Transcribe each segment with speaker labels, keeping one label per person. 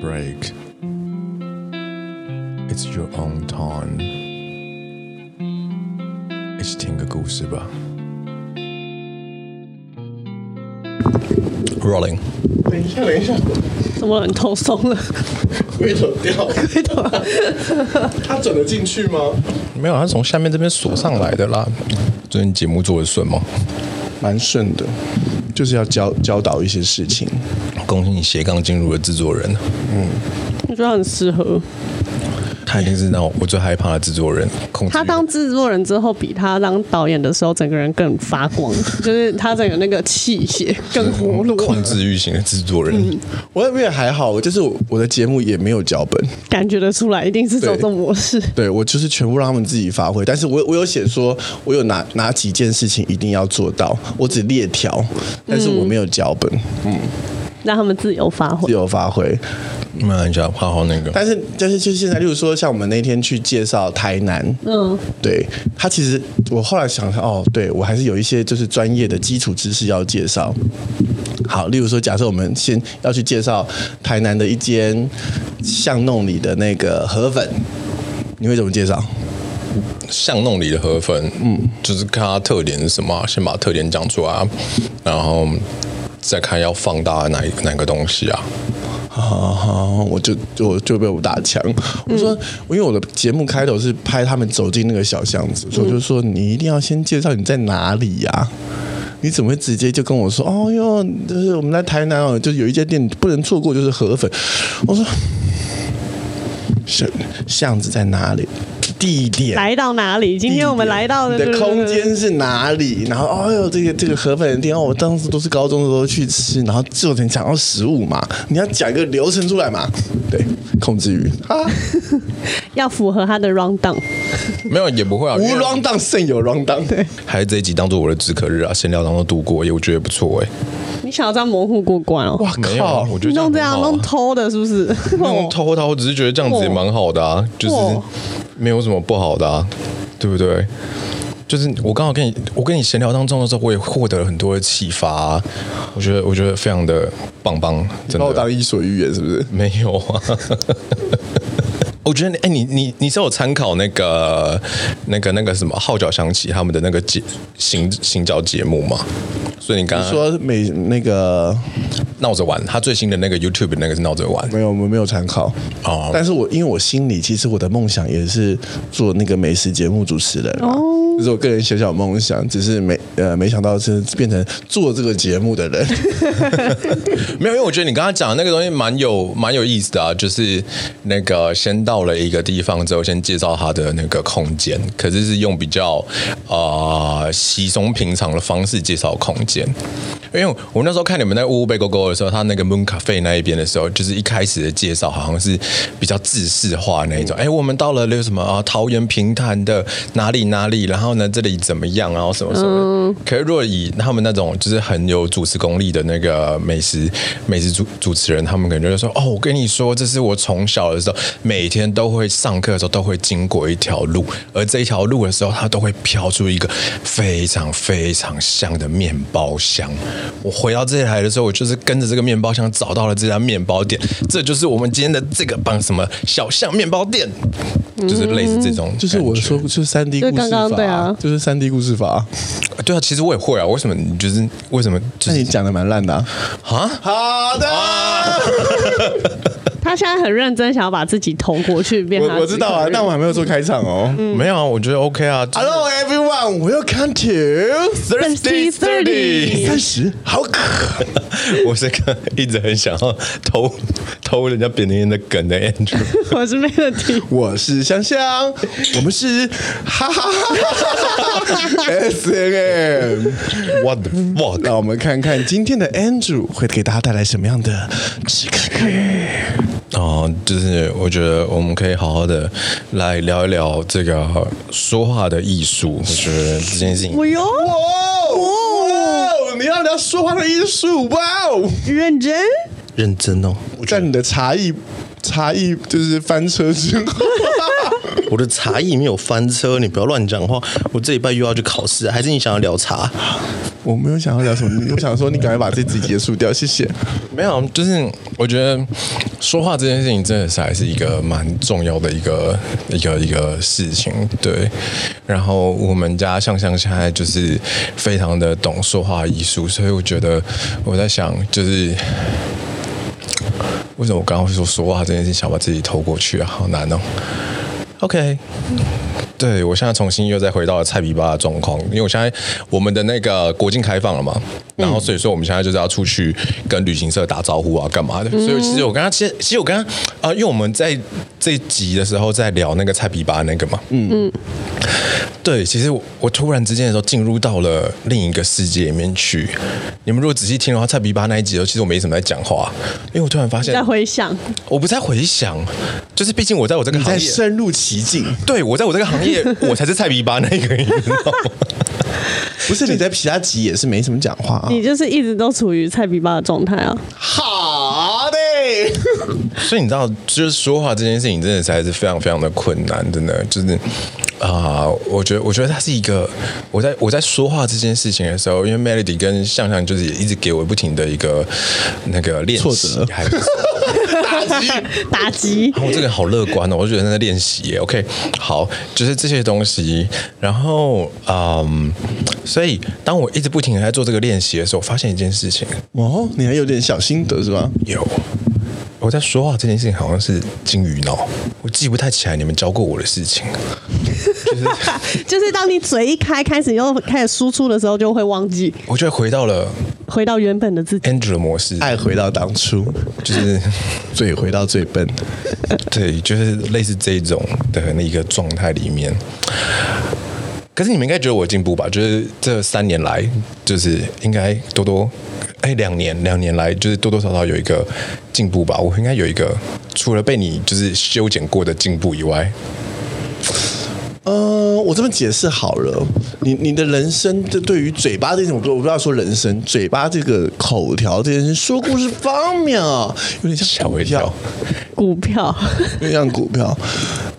Speaker 1: break. It's your own time. 一起听个故事吧。Rolling，
Speaker 2: 等一下，等一下，
Speaker 3: 怎么很头松了？
Speaker 2: 龟头掉，
Speaker 3: 回头
Speaker 2: 它整得进去吗？
Speaker 1: 没有，它是从下面这边锁上来的啦。最近节目做的顺吗？
Speaker 2: 蛮顺的，就是要教教导一些事情。
Speaker 1: 恭喜你斜杠进入了制作人，
Speaker 3: 我觉得很适合
Speaker 1: 他一定是让我我最害怕的制作人。控制欲
Speaker 3: 他当制作人之后，比他当导演的时候，整个人更发光，就是他整个那个气血更活络，
Speaker 1: 控制欲型的制作人，
Speaker 3: 嗯
Speaker 2: 我也还好，我就是我我的节目也没有脚本，
Speaker 3: 感觉得出来，一定是走这种模式。
Speaker 2: 对我就是全部让他们自己发挥。但是我我有写说，我有哪哪几件事情一定要做到，我只列条，但是我没有脚本，
Speaker 3: 让他们自由发挥
Speaker 2: 自。由发挥。
Speaker 1: 你们很想好好嗯那个。
Speaker 2: 但是但是就现在，例如说像我们那天去介绍台南，
Speaker 3: 嗯，
Speaker 2: 对他其实我后来想想，哦，对我还是有一些就是专业的基础知识要介绍。好，例如说，假设我们先要去介绍台南的一间巷弄里的那个河粉，你会怎么介绍？
Speaker 1: 巷弄里的河粉，嗯，就是看它特点是什么啊，先把特点讲出来啊，然后再看要放大哪一哪个东西啊。
Speaker 2: 好好好，我就就就被我打枪。我说，因为我的节目开头是拍他们走进那个小巷子，所以我就说，你一定要先介绍你在哪里呀、你怎么会直接就跟我说？哦哟，就是我们在台南哦，就有一家店不能错过，就是河粉。我说，巷巷子在哪里？地点
Speaker 3: 来到哪里？今天我们来到
Speaker 2: 你
Speaker 3: 的
Speaker 2: 的空间是哪里？然后，哦呦，这个这个河粉的店，哦，我当时都是高中的时候去吃，然后就能讲到食物嘛，你要讲一个流程出来嘛，对，控制欲啊，
Speaker 3: 要符合他的 round down。
Speaker 1: 没有也不 会啊，
Speaker 2: 无
Speaker 1: 因为
Speaker 2: round down 胜有 round down，对，
Speaker 1: 还是这一集当做我的止渴日啊，闲聊当做度过，也我觉得不错哎、
Speaker 3: 你想要这样模糊过关哦？
Speaker 2: 哇
Speaker 1: 没有啊，
Speaker 2: 靠，
Speaker 1: 我觉得
Speaker 3: 你弄这
Speaker 1: 这样
Speaker 3: 样
Speaker 1: 很好啊
Speaker 3: 弄偷的，是不 是？
Speaker 1: 弄偷的啊，我只是觉得这样子也蛮好的啊，就是
Speaker 3: 哦
Speaker 1: 没有什么不好的啊，对不对？就是我刚好跟你，我跟你闲聊当中的时候，我也获得了很多的启发啊、我觉得我觉得非常的棒棒，真
Speaker 2: 把我
Speaker 1: 的
Speaker 2: 当伊索寓言是不是？
Speaker 1: 没有啊。 我觉得你，哎、你你你是有参考那个那个那个什么号角响起他们的那个节行行脚节目吗？所以你刚刚
Speaker 2: 说美那个
Speaker 1: 闹着玩，他最新的那个 YouTube 那个是闹着玩，
Speaker 2: 没有，我们没有参考
Speaker 1: 哦
Speaker 2: 但是我因为我心里其实我的梦想也是做那个美食节目主持人哦，这是我个人小小梦想，只是没呃没想到是变成做这个节目的人。
Speaker 1: 没有，因为我觉得你刚刚讲的那个东西蛮有蛮有意思的啊，就是那个先到了一个地方之后，先介绍它的那个空间，可是是用比较呃稀松平常的方式介绍空间。因为我那时候看你们在乌乌贝勾勾的时候，他那个 Moon Cafe 那一边的时候，就是一开始的介绍好像是比较自式化那一种。哎、我们到了那个什么啊，桃园平潭的哪里哪里，然后呢这里怎么样，啊然后什么什么的。可是如果以他们那种就是很有主持功力的那个美食美食主主持人，他们可能就会说：“哦，我跟你说，这是我从小的时候，每天都会上课的时候都会经过一条路，而这一条路的时候，它都会飘出一个非常非常香的面包香。我回到这里来的时候，我就是跟着这个面包香找到了这家面包店，这就是我们今天的这个帮什么小巷面包店，就是类似这种，
Speaker 2: 嗯就是我说，。就是三 D 故
Speaker 3: 就
Speaker 2: 事法，
Speaker 3: 刚刚对啊
Speaker 2: 就是三 D 故事法。
Speaker 1: 对啊，其实我也会啊，为什么你就是为什么就
Speaker 2: 那
Speaker 1: 是
Speaker 2: 你讲的蛮烂的、 啊。
Speaker 1: 啊？
Speaker 2: 好的，
Speaker 3: 他现在很认真，想要把自己投过去，变他
Speaker 2: 我我知道啊，
Speaker 3: 自己
Speaker 2: 但我还没有做开场哦。
Speaker 3: 嗯
Speaker 1: 没有啊，我觉得 OK 啊。就是
Speaker 2: Hello everyone, welcome to
Speaker 1: Thirsty
Speaker 3: 30
Speaker 1: Thirty，
Speaker 2: 三十好 渴。
Speaker 1: 我是个一直很想要偷偷人家扁担的梗的 Andrew。
Speaker 3: 我是没有听。
Speaker 2: 我是香香，我们是 哈哈哈哈哈哈 S N M。
Speaker 1: What the fuck？
Speaker 2: 让我们看看今天的 Andrew 会给大家带来什么样的知
Speaker 1: 哦，就是我觉得我们可以好好的来聊一聊这个说话的艺术。我觉得这件事情
Speaker 3: 我哟，
Speaker 2: 哦哦，你要聊说话的艺术，哇哦！
Speaker 3: 认真。
Speaker 1: 认真哦。
Speaker 2: 在你的茶艺茶艺就是翻车之后，
Speaker 4: 我的茶艺没有翻车，你不要乱讲话。我这礼拜又要去考试，还是你想要聊茶？
Speaker 2: 我没有想要聊什么，我想说你赶快把这集结束掉，谢谢。
Speaker 1: 没有，就是我觉得说话这件事情真的是还是一个蛮重要的一个一个一个事情，对。然后我们家向向现在就是非常的懂说话艺术，所以我觉得我在想，就是为什么我刚刚会说说话这件事情想把自己投过去啊，好难哦。OK，对我现在重新又再回到了菜比巴的状况，因为我现在我们的那个国境开放了嘛，
Speaker 3: 嗯
Speaker 1: 然后所以说我们现在就是要出去跟旅行社打招呼啊，干嘛的？
Speaker 3: 嗯
Speaker 1: 所以其实我刚刚，其实其实我刚刚啊、因为我们在这一集的时候在聊那个菜比巴那个嘛，嗯嗯，对，其实我我突然之间的时候进入到了另一个世界里面去。你们如果仔细听的话，菜比巴那一集的时候，其实我没什么在讲话，因为我突然发现
Speaker 3: 在回想，
Speaker 1: 我不在回想，就是毕竟我在我这个
Speaker 2: 你
Speaker 1: 行
Speaker 2: 在
Speaker 1: 业。
Speaker 2: 深入其 境，
Speaker 1: 对我在我这个行 业，我才是菜逼吧那个人，你知道吗？
Speaker 2: 不是你在皮拉吉也是没什么讲话啊。
Speaker 3: 你就是一直都处于菜比巴的状 态啊。
Speaker 2: 好的。
Speaker 1: 所以你知道，就是说话这件事情，真的才是非常非常的困难，真的就是啊、我觉得，我觉得它是一个我在我在说话这件事情的时候，因为 Melody 跟向向就是也一直给我不停的一个那个练习
Speaker 2: 挫，折
Speaker 1: 还是什么
Speaker 3: 打击
Speaker 1: 然后我这个好乐观哦，我就觉得在练习耶。OK，好，就是这些东西。然后，嗯，所以当我一直不停的在做这个练习的时候，我发现一件事情，
Speaker 2: 哦，你还有点小心得是吧？
Speaker 1: 有。我在说话这件事情好像是金鱼脑，我记不太起来你们教过我的事情。
Speaker 3: 就是当你嘴一开，开始又开始输出的时候，就会忘记
Speaker 1: 我觉得回到了
Speaker 3: 回到原本的自己。
Speaker 1: Angela 模式，
Speaker 2: 爱回到当初，
Speaker 1: 就是
Speaker 2: 最回到最笨。
Speaker 1: 对，就是类似这种的那一个状态里面。可是你们应该觉得我有进步吧？就是这三年来，就是应该多多哎两年两年来，就是多多少少有一个进步吧。我应该有一个除了被你就是修剪过的进步以外，
Speaker 2: 呃，我这么解释好了，你你的人生这对于嘴巴这种，我不我不要说人生，嘴巴这个口条这件事，说故事方面啊，有点像
Speaker 1: 吓我一
Speaker 2: 股票
Speaker 1: 跳。
Speaker 3: 股 票
Speaker 2: 因为像股票。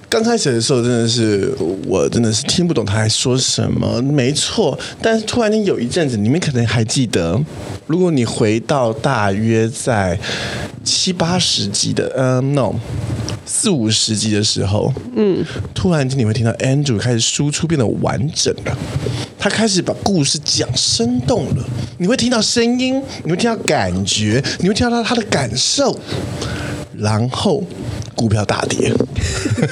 Speaker 2: 刚开始的时候，真的是我真的是听不懂他在说什么，没错。但是突然间有一阵子，你们可能还记得，如果你回到大约在七八十集的，嗯、n o 四五十集的时候，嗯，突然间你会听到 Andrew 开始输出变得完整了，他开始把故事讲生动了，你会听到声音，你会听到感觉，你会听到他的感受。然后股票大跌。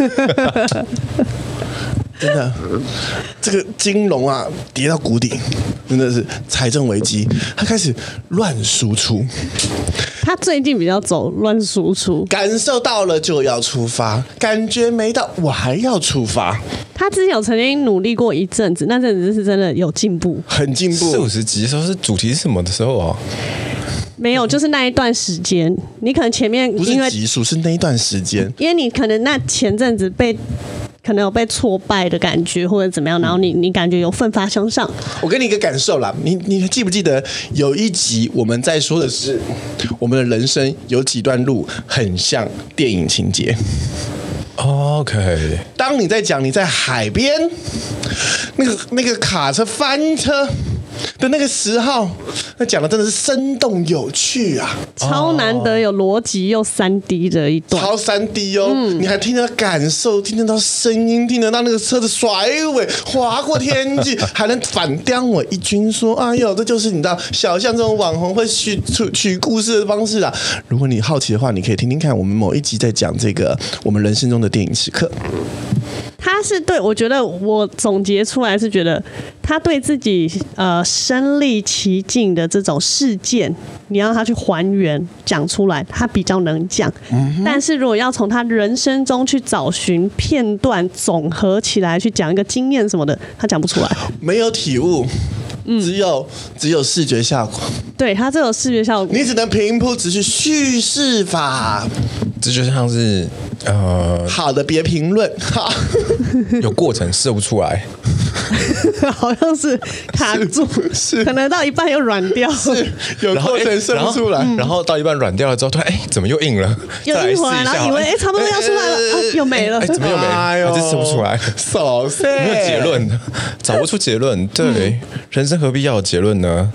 Speaker 2: 真的，这个金融啊跌到谷底，真的是财政危机，他开始乱输出，
Speaker 3: 他最近比较走乱输出，
Speaker 2: 感受到了就要出发，感觉没到我还要出发，
Speaker 3: 他之前有曾经努力过一阵子，那阵子是真的有进步，
Speaker 2: 很进
Speaker 1: 四五
Speaker 2: 步。
Speaker 1: 十集的时候是主题是什么的时候啊？
Speaker 3: 没有就是那一段时间，你可能前面
Speaker 2: 嗯不
Speaker 3: 因为
Speaker 2: 是级数，是那一段时间，
Speaker 3: 因为你可能那前阵子被。可能有被挫败的感觉，或者怎么样，然后你你感觉有奋发向上，
Speaker 2: 我给你一个感受啦，你你还记不记得有一集我们在说的是我们的人生有几段路很像电影情节？
Speaker 1: 哦 OK，
Speaker 2: 当你在讲你在海边，那个那个卡车翻车的那个时候，那讲的真的是生动有趣啊，
Speaker 3: 超难得有逻辑又三 D 的一段，
Speaker 2: 超三 D 哦，你还听得到感受，听得到声音，听得到那个车子甩尾划过天际，还能反刁我一军说，哎呦，这就是你知道小象这种网红会取取取故事的方式啊。如果你好奇的话，你可以听听看我们某一集在讲这个我们人生中的电影时刻。
Speaker 3: 他是对我觉得我总结出来是觉得他对自己呃身历其境的这种事件，你让他去还原讲出来，他比较能讲。
Speaker 1: 嗯
Speaker 3: 但是如果要从他人生中去找寻片段总合起来去讲一个经验什么的，他讲不 出来。
Speaker 2: 没有体悟，
Speaker 1: 嗯
Speaker 2: 只有只有视觉效果，
Speaker 3: 对他这种视觉效果，
Speaker 2: 你只能平铺直叙叙事法。
Speaker 1: 这就像是呃，
Speaker 2: 好的，别评论。 哈，
Speaker 1: 有过程射不出来，
Speaker 3: 好像是卡住，
Speaker 2: 是
Speaker 3: 可能到一半又软掉，
Speaker 2: 有
Speaker 1: 然后
Speaker 2: 过
Speaker 1: 哎
Speaker 2: 程射
Speaker 1: 然
Speaker 2: 不
Speaker 1: 后
Speaker 2: 出来。
Speaker 1: 然后到一半软掉了之后，突然哎，怎么又硬了？
Speaker 3: 嗯又
Speaker 1: 再来
Speaker 3: 硬
Speaker 1: 试
Speaker 3: 回来，
Speaker 1: 一下
Speaker 3: 然后以
Speaker 1: 好
Speaker 3: 为
Speaker 1: 了
Speaker 3: 哎，差不多要出来了，啊又没了
Speaker 1: 哎，，怎么又没了？
Speaker 2: 哎
Speaker 1: 哎
Speaker 2: 呦
Speaker 1: 这射不出来，
Speaker 2: 扫射
Speaker 1: 哎没有结，论，找不出结论。
Speaker 3: 嗯
Speaker 1: 对，人生何必要有结论呢？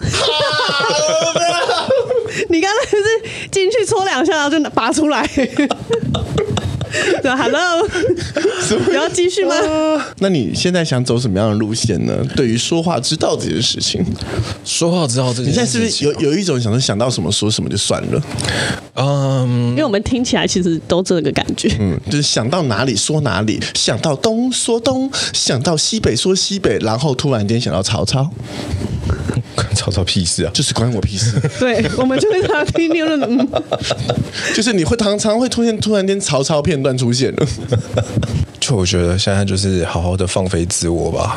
Speaker 3: 你刚才是进去搓两下，然后就拔出来。 对，Hello，你要继续吗？
Speaker 1: 啊
Speaker 2: 那你现在想走什么样的路线呢？对于说话之道这件事情，
Speaker 1: 说话之后，这
Speaker 2: 你
Speaker 1: 件
Speaker 2: 现在是不
Speaker 1: 事
Speaker 2: 是
Speaker 1: 情，
Speaker 2: 有有一种想说想到什么说什么就算了？
Speaker 1: 嗯
Speaker 3: 因，为我们听起来其实都这个感觉，
Speaker 2: 嗯，就是想到哪里说哪里，想到东说东，想到西北说西北，然后突然间想到曹操，
Speaker 1: 吵吵屁事啊！
Speaker 2: 就是关我屁事。
Speaker 3: 对，我们就会常听就论，嗯，
Speaker 2: 就是你会常常会出现突然间曹操片段出现了，
Speaker 1: 就我觉得现在就是好好的放飞自我吧。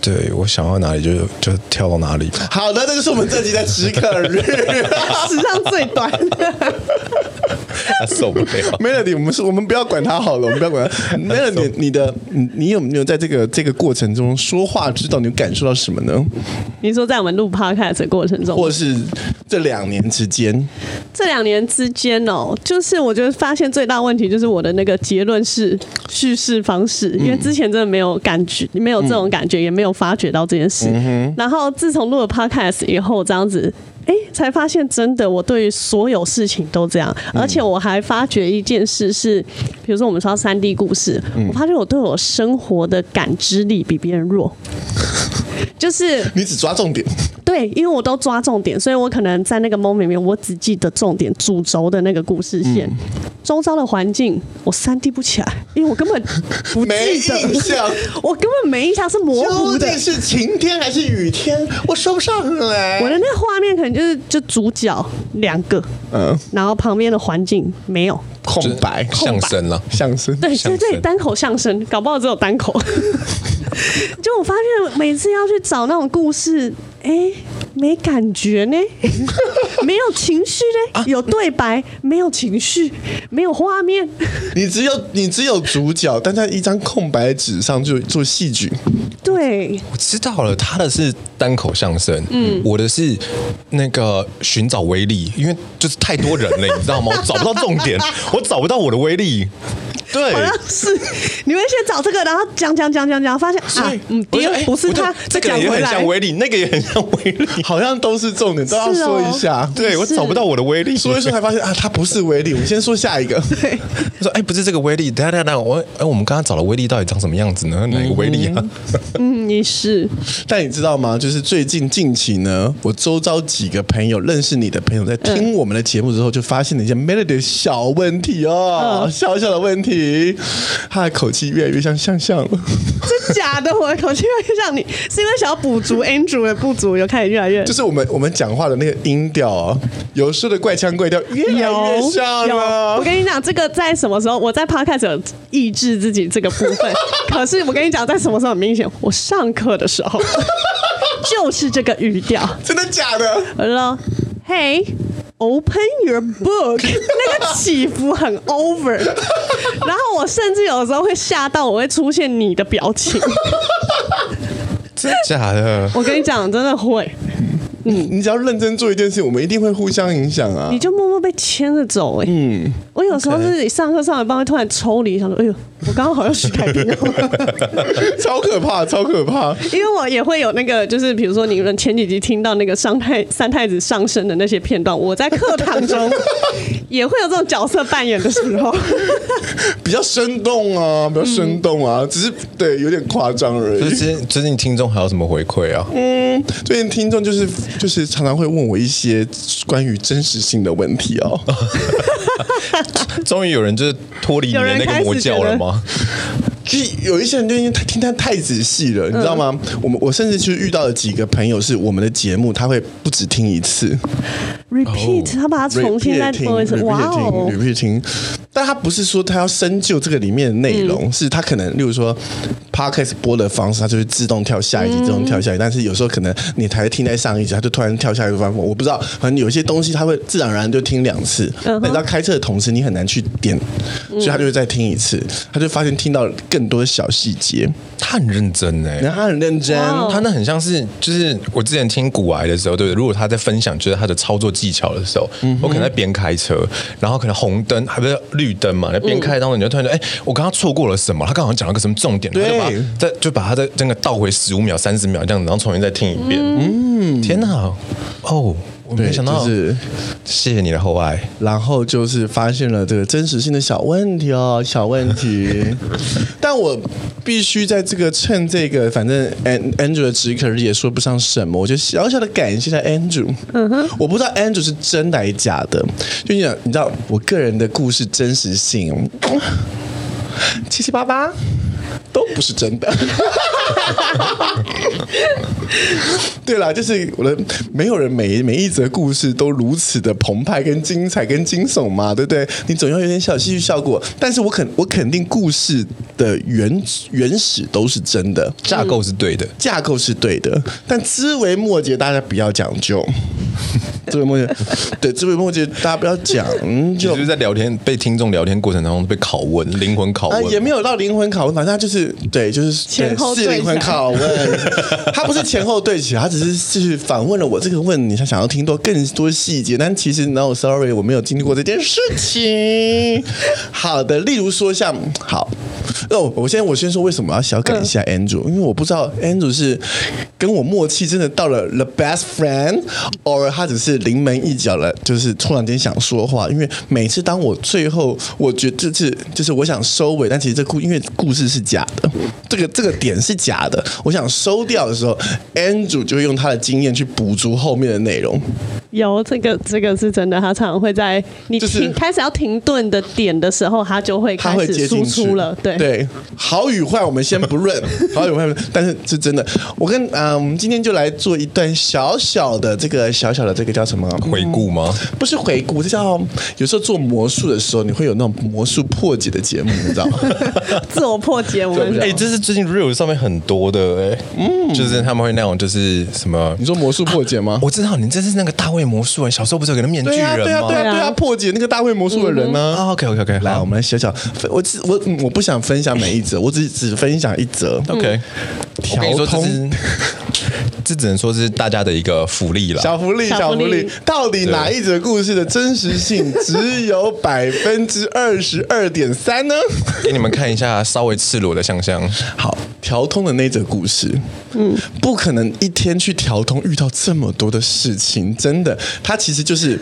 Speaker 1: 对我想到哪里就就跳到哪里 吧。
Speaker 2: 好的，这就是我们这集的止渴日。
Speaker 3: 史上最短。
Speaker 1: 啊受不了。
Speaker 2: Melody，我们是我们不要管他好了，我们不要管他。Melody，你的你你有没有在这个这个过程中说话之道，你有感受到什么呢？
Speaker 3: 你说在我们录 podcast 的过程中，
Speaker 2: 或是这两年之间，
Speaker 3: 这两年之间哦，就是我觉得发现最大问题就是我的那个结论是叙事方式，因为之前真的没有感觉，没有这种感觉，也没有发觉到这件事。然后自从录了 podcast 以后，这样子。哎，才发现真的，我对于所有事情都这样，而且我还发觉一件事是，比如说我们说三 D 故事，我发现我对我生活的感知力比别人弱，就是
Speaker 2: 你只抓重点，
Speaker 3: 对，因为我都抓重点，所以我可能在那个 moment 里面，我只记得重点主轴的那个故事线，
Speaker 2: 嗯
Speaker 3: 周遭的环境我三 D 不起来，因为我根本不
Speaker 2: 没
Speaker 3: 记
Speaker 2: 印
Speaker 3: 得，
Speaker 2: 象。
Speaker 3: 我根本没印象是模糊
Speaker 2: 究
Speaker 3: 的
Speaker 2: 竟。是晴天还是雨天，我说不上来。
Speaker 3: 我的那画面可能就是就主角两个，
Speaker 2: 嗯，
Speaker 3: 然后旁边的环境没有，
Speaker 2: 空白，
Speaker 1: 相声了，
Speaker 2: 相声。
Speaker 3: 对
Speaker 1: 相
Speaker 3: 对对，
Speaker 1: 声
Speaker 3: 单口相声，搞不好只有 单口。就我发现每次要去找那种故事，哎、没感觉呢， 没有情绪呢，有对白，没有情绪，没有画 面，
Speaker 2: 你只有你只有主角，但在一张空白纸上就做戏剧。
Speaker 3: 对，
Speaker 1: 我知道了，他的是单口相声，嗯，我的是那个寻找威力，因为就是太多人 了，你知道吗？我找不到重点，我找不到我的威力， 对
Speaker 3: 好。像是你会先找这个，然后讲讲讲讲讲，发现啊，嗯，
Speaker 1: 我就
Speaker 3: 爹
Speaker 1: 哎
Speaker 3: 不是
Speaker 1: 我就
Speaker 3: 他，
Speaker 1: 这个
Speaker 3: 再
Speaker 1: 人也
Speaker 3: 讲回
Speaker 1: 很
Speaker 3: 来
Speaker 1: 像。威力，那个也很像威力，
Speaker 2: 好像都是重点，都要
Speaker 3: 是哦
Speaker 2: 说一下。
Speaker 1: 对我找不到我的威力，
Speaker 2: 说一说才发现啊，他不是威力。我们先说下 一个，
Speaker 1: 他说：“哎、不是这个威力，等一下等一下等一下，我哎、我们刚刚找的威力到底长什么样子呢？哪个威力啊？
Speaker 3: 嗯，你是
Speaker 2: 但你知道吗？就是最近近期呢，我周遭几个朋友，认识你的朋友，在听我们的节目之后，就发现了一些 melody 的小问题哦，
Speaker 3: 嗯
Speaker 2: 小小的问题，他的口气越来越像 向向了。
Speaker 3: 真假的，我的口气越来越像你，是因为想要补足 Andrew 的不足，有开始越来越
Speaker 2: 就是我们我们讲话的那个音调啊，有时候的怪腔怪调越来越
Speaker 3: 有
Speaker 2: 像啊
Speaker 3: 有，
Speaker 2: 了
Speaker 3: 我。跟你讲，这个在什么时候？我在 podcast 有抑制自己这个部 分，可是我跟你讲，在什么时候很明显？我上课的时 候就是这个语调。
Speaker 2: 真的假的？
Speaker 3: 我就说，Hey。Open your book，那个起伏很 over，然后我甚至有时候会吓到，我会出现你的表 情。
Speaker 1: 真的假的？
Speaker 3: 我跟你讲，真的会，
Speaker 2: 你只要认真做一件事，我们一定会互相影响啊
Speaker 3: 你。就默默被牵着走哎、嗯，我有时候是上课上一半会突然抽离，想说，哎呦，我刚刚好像徐凯斌哦。
Speaker 2: 超可怕，超可怕！
Speaker 3: 因为我也会有那个，就是比如说你们前几集听到那个三太三太子上身的那些片段，我在课堂中也会有这种角色扮演的时 候。
Speaker 2: 比较生动啊，比较生动啊，只是对有点夸张而
Speaker 1: 就
Speaker 2: 已
Speaker 1: 是。最近最近听众还有什么回馈啊？
Speaker 2: 嗯，最近听众就是就是常常会问我一些关于真实性的问题哦。
Speaker 1: 终于有人就是脱离你的那个魔教了吗？
Speaker 2: 就是有一些人就因为他听他太仔细了，你知道吗？我们我甚至就是遇到了几个朋友，是我们的节目他会不止听一次，
Speaker 3: Repeat，、他把它重新再播一次，哇哦！
Speaker 2: repeat 听，但他不是说他要深究这个里面的内
Speaker 3: 嗯
Speaker 2: 容，是他可能，例如说 podcast 播的方式，它就会自动跳下一集，自动跳下
Speaker 3: 嗯
Speaker 2: 一集。但是有时候可能你还听在上一集，他就突然跳下一个方法，我不知道。反正有些东西他会自然而然就听两次。
Speaker 3: 嗯哼嗯
Speaker 2: 等到开车的同时，你很难去点，所以他就会再听一次，他就发现听到更多的小细节。
Speaker 1: 他很认真哎、
Speaker 2: 然后他很认真，
Speaker 3: 哇哦
Speaker 1: 他那很像是，就是我之前听古癌的时候，对不对，如果他在分享就是他的操作技巧的时候，
Speaker 2: 嗯
Speaker 1: 我可能在边开车，然后可能红灯还不是绿灯嘛，那边开当中你就突然觉得，哎、我刚刚错过了什么？他刚好讲了个什么重点，他就把
Speaker 2: 对
Speaker 1: 再就把他再整个倒回十五秒、三十秒这样子，然后重新再听一遍。嗯，天哪，哦，我没
Speaker 2: 对，
Speaker 1: 想到，
Speaker 2: 就是
Speaker 1: 谢谢你的厚爱。
Speaker 2: 然后就是发现了这个真实性的小问题哦，小问题。 但我必须在这个趁这个，反正 An- Andrew 的职可也说不上什么，我就小小的感谢一下 Andrew。嗯哼，我不知道 Andrew 是真的还是假的，就你想，你知道我个人的故事真实 性七七八八都不是真的。对啦，就是我的，没有人每每一则故事都如此的澎湃、跟精彩、跟惊悚嘛，对不对？你总要有点小戏剧效果。但是我肯我肯定故事的原原始都是真的，
Speaker 1: 架构是对的，
Speaker 2: 架构是对的，但枝微末节大家不要讲究。枝微末节，对枝微末节大家不要讲
Speaker 1: 就
Speaker 2: 究
Speaker 1: 是。在聊天被听众聊天过程当中被拷问，灵魂拷
Speaker 2: 啊，
Speaker 1: 问，
Speaker 2: 也没有到灵魂拷问，反正他就是对，就是
Speaker 3: 前后
Speaker 2: 对
Speaker 3: 对
Speaker 2: 是灵魂
Speaker 3: 起来
Speaker 2: 拷问，他不是前后对齐，他只是就是反问了我这个问题，他想要听多更多细节，但其实 no sorry，我没有经历过这件事情。好的，例如说像好。哦，我先我先说为什么要小感谢一下 Andrew，、因为我不知道 Andrew 是跟我默契真的到了 the best friend，or 他只是临门一脚了，就是突然间想说话。因为每次当我最后我觉得就是就是我想收尾，但其实这故因为故事是假的，这个这个点是假的，我想收掉的时候，Andrew 就会用他的经验去补足后面的内容。
Speaker 3: 有这个这个是真的，他常常会在你
Speaker 2: 就
Speaker 3: 停、
Speaker 2: 是
Speaker 3: 开始要停顿的点的时候，他就会
Speaker 2: 他
Speaker 3: 开
Speaker 2: 会
Speaker 3: 始
Speaker 2: 接
Speaker 3: 输
Speaker 2: 进去
Speaker 3: 出了。对，
Speaker 2: 对，好与坏我们先不 论，好与坏，但是是真的。我跟嗯，我们今天就来做一段小小的这个小小的这个叫什么？啊
Speaker 1: 回顾吗？
Speaker 2: 不是回顾，这叫有时候做魔术的时候，你会有那种魔术破解的节目，你知 道吗？
Speaker 3: 自我破解我们
Speaker 1: 哎、这是最近 Real 上面很多的哎、就是他们会那种就是什么
Speaker 2: 你，说魔术破解吗？
Speaker 1: 我知道你这是那个大卫魔术哎、小时候不是有个那面具
Speaker 2: 对
Speaker 1: 人
Speaker 2: 啊，
Speaker 1: 吗？
Speaker 2: 对啊，对啊，
Speaker 3: 对啊
Speaker 2: 对啊，破解那个大会魔术
Speaker 1: 啊
Speaker 2: 的人呢、
Speaker 1: OK OK OK，
Speaker 2: 来，我们来小小分，嗯哎我只我嗯我不想分享每一则，我只只分享一则。
Speaker 1: OK，我跟你说这
Speaker 2: 调 通
Speaker 1: 是这只能说是大家的一个福利了。
Speaker 2: 小福利，
Speaker 3: 小
Speaker 2: 小
Speaker 3: 福
Speaker 2: 福
Speaker 3: 利
Speaker 2: 利，到底哪一则故事的真实性只 有百分之二十二点三呢？
Speaker 1: 给你们看一下稍微赤裸的香香，
Speaker 2: 好，调通的那则故事，嗯，不可能一天去调通遇到这么多的事情，真的，它其实就是。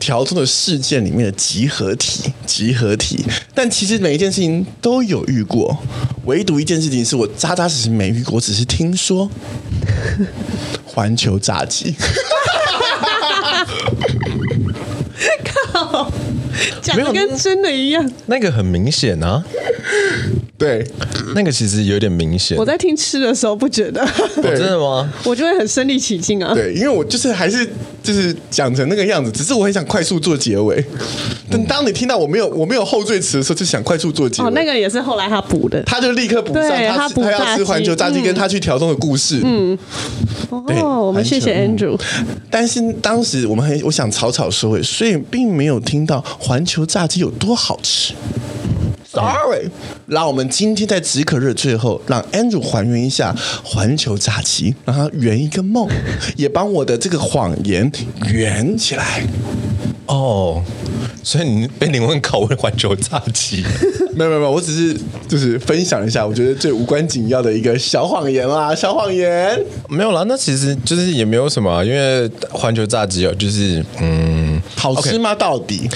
Speaker 2: 调通的事件里面的集合体，集合体，但其实每一件事情都有遇过，唯独一件事情是我扎扎实实没遇过，我只是听 说。环球炸鸡，
Speaker 3: 讲
Speaker 1: 没有
Speaker 3: 的跟真的一样。
Speaker 1: 那个很明显啊，
Speaker 2: 对，
Speaker 1: 那个其实有点明显。
Speaker 3: 我在听吃的时候不觉得，
Speaker 1: 哦真的吗？
Speaker 3: 我就会很身临其境啊。
Speaker 2: 对，因为我就是还是就是讲成那个样子，只是我很想快速做结尾。但当你听到我没有我没有后缀词的时候，就想快速做结尾。
Speaker 3: 哦，那个也是后来他补的。
Speaker 2: 他就立刻补上
Speaker 3: 对
Speaker 2: 他
Speaker 3: 他
Speaker 2: 吃
Speaker 3: 补嗯
Speaker 2: 他
Speaker 3: 炸
Speaker 2: 要
Speaker 3: 鸡
Speaker 2: 吃环球炸鸡，跟他去调动的故事。嗯，对
Speaker 3: 哦，我们谢谢
Speaker 2: 环球
Speaker 3: Andrew。
Speaker 2: 但是当时我们很我想草草收尾，所以并没有听到环球炸鸡有多好吃。Sorry，让我们今天在止渴日最后，让 Andrew 还原一下环球炸鸡，让他圆一个梦，也帮我的这个谎言圆起来。
Speaker 1: 哦，所以你被灵魂拷问环球炸鸡，
Speaker 2: 没有没有没有，我只是就是分享一下，我觉得最无关紧要的一个小谎言啦，小谎言。
Speaker 1: 没有啦，那其实就是也没有什么啊，因为环球炸鸡哦，就是嗯，
Speaker 2: 好吃吗？到底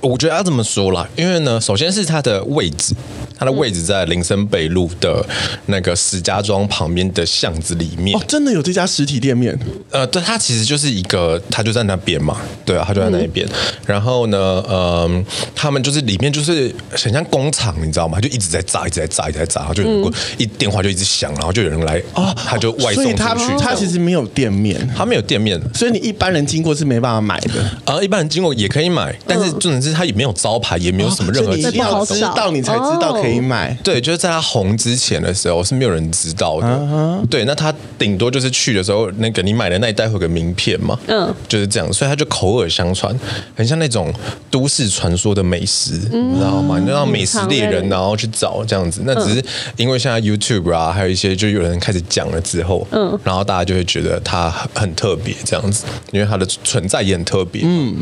Speaker 1: 我觉得要这么说啦，因为呢，首先是它的位置，它的位置在林森北路的那个石家庄旁边的巷子里面。
Speaker 2: 哦，真的有这家实体店面？
Speaker 1: 呃，对，它其实就是一个，它就在那边嘛，对啊，它就在那一边。然后呢，嗯，他们就是里面就是很像工厂，你知道吗？就一直在炸，一直在炸，一直在炸，然后就有人过、一电话就一直响，然后就有人来啊，他就外送
Speaker 2: 哦所
Speaker 1: 出
Speaker 2: 以
Speaker 1: 去。
Speaker 2: 它它其实没有店面，
Speaker 1: 他没有店面，
Speaker 2: 所以你一般人经过是没办法买的。
Speaker 1: 啊，一般然经过也可以买，但
Speaker 3: 嗯
Speaker 1: 是重点是它也没有招牌，也没有什么任何
Speaker 2: 是
Speaker 1: 其
Speaker 2: 你
Speaker 3: 那
Speaker 1: 他的东
Speaker 2: 要
Speaker 3: 不好找
Speaker 1: 西
Speaker 2: 知道你才知道可以买。
Speaker 1: 对，就是在他红之前的时候是没有人知道的。
Speaker 3: 嗯
Speaker 1: 对，那他顶多就是去的时候，那个你买的那一袋会有个名片嘛，
Speaker 3: 嗯
Speaker 1: 就是这样，所以他就口耳相传，很像那种都市传说的美食，
Speaker 3: 嗯
Speaker 1: 你知道吗？你让美食猎
Speaker 3: 隐藏
Speaker 1: 人
Speaker 3: 的
Speaker 1: 然后去找这样子。那
Speaker 3: 嗯
Speaker 1: 只是因为现在 YouTube 啊，还有一些就有人开始讲了之后，
Speaker 3: 嗯
Speaker 1: 然后大家就会觉得它很很特别这样子，因为它的存在也很特别。嗯，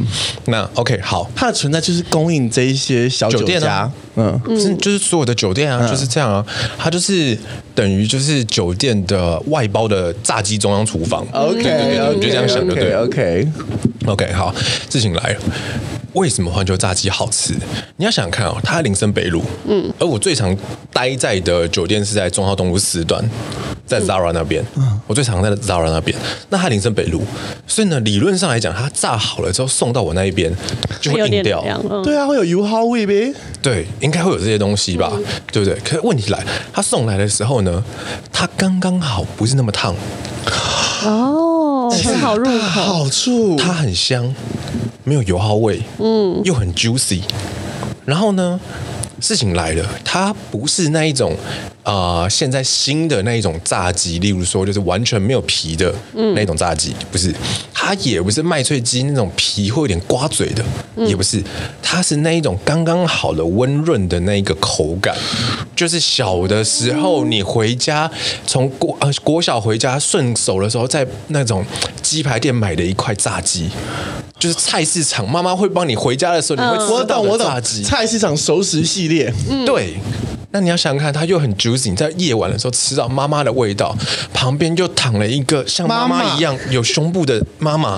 Speaker 1: 那 OK 好，
Speaker 2: 它的存在就是供应这一些小
Speaker 1: 酒
Speaker 2: 酒
Speaker 1: 店
Speaker 2: 家，
Speaker 1: 啊
Speaker 2: 嗯，
Speaker 1: 是就是所有的酒店啊，就是这样啊，它就是等于就是酒店的外包的炸鸡中央厨房。
Speaker 2: OK，
Speaker 1: 对你就这样想就对了
Speaker 2: OK，
Speaker 1: OK，好，事情来了。为什么环球炸鸡好吃？你要想想看哦，它在林森北路，嗯，而我最常待在的酒店是在中号东路四段，在 Zara 那边，我最常在 Zara 那边。那它林森北路，所以呢，理论上来讲，它炸好了之后送到我那一边就会
Speaker 3: 有
Speaker 1: 硬
Speaker 3: 点
Speaker 1: 掉，
Speaker 3: 凉，嗯，
Speaker 2: 对啊，会有油耗味呗。
Speaker 1: 对，应该会有这些东西吧，对不对？可是问题来，他送来的时候呢，它刚刚好不是那么烫，
Speaker 3: 哦，很好入口，
Speaker 2: 好处，
Speaker 1: 它很香，没有油耗味，嗯，又很 juicy。然后呢，事情来了，它不是那一种啊、呃现在新的那一种炸鸡，例如说就是完全没有皮的那种炸鸡，不是，它也不是麦脆鸡那种皮会有点刮嘴的，也不是，它是那一种刚刚好的温润的那一个口感，就是小的时候你回家从国呃国小回家顺手的时候，在那种鸡排店买的一块炸鸡。就是菜市场，妈妈会帮你回家的时候，你会吃
Speaker 2: 我
Speaker 1: 到
Speaker 2: 懂
Speaker 1: 的
Speaker 2: 我
Speaker 1: 炸
Speaker 2: 懂
Speaker 1: 鸡，嗯
Speaker 2: 菜市场熟食系列，
Speaker 1: 对。那你要想想看，它又很 juicy，你在夜晚的时候吃到妈妈的味道，旁边又躺了一个像妈
Speaker 2: 妈
Speaker 1: 妈
Speaker 2: 妈
Speaker 1: 一样有胸部的妈妈，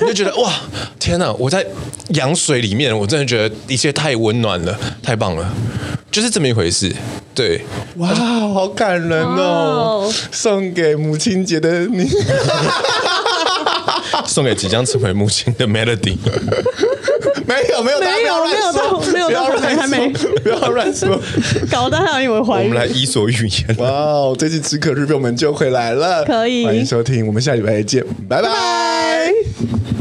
Speaker 1: 你就觉得哇，天哪！我在羊水里面，我真的觉得一切太温暖了，太棒了，就是这么一回事。对，
Speaker 2: 哇，好感人哦
Speaker 3: 哇！
Speaker 2: 送给母亲节的你，
Speaker 1: 送给即将成为母亲的 Melody。
Speaker 2: 没有没有大家
Speaker 3: 没有
Speaker 2: 不要乱说
Speaker 3: 没有到没有到
Speaker 2: 不要
Speaker 3: 还没
Speaker 2: 乱说，不要乱说。
Speaker 3: 搞得他以为怀
Speaker 1: 我
Speaker 3: 孕
Speaker 1: 们。来伊索寓言。
Speaker 2: 哇哦，这期吃可日本我们就回来了，
Speaker 3: 可以
Speaker 2: 欢迎收听，我们下礼拜见，拜拜。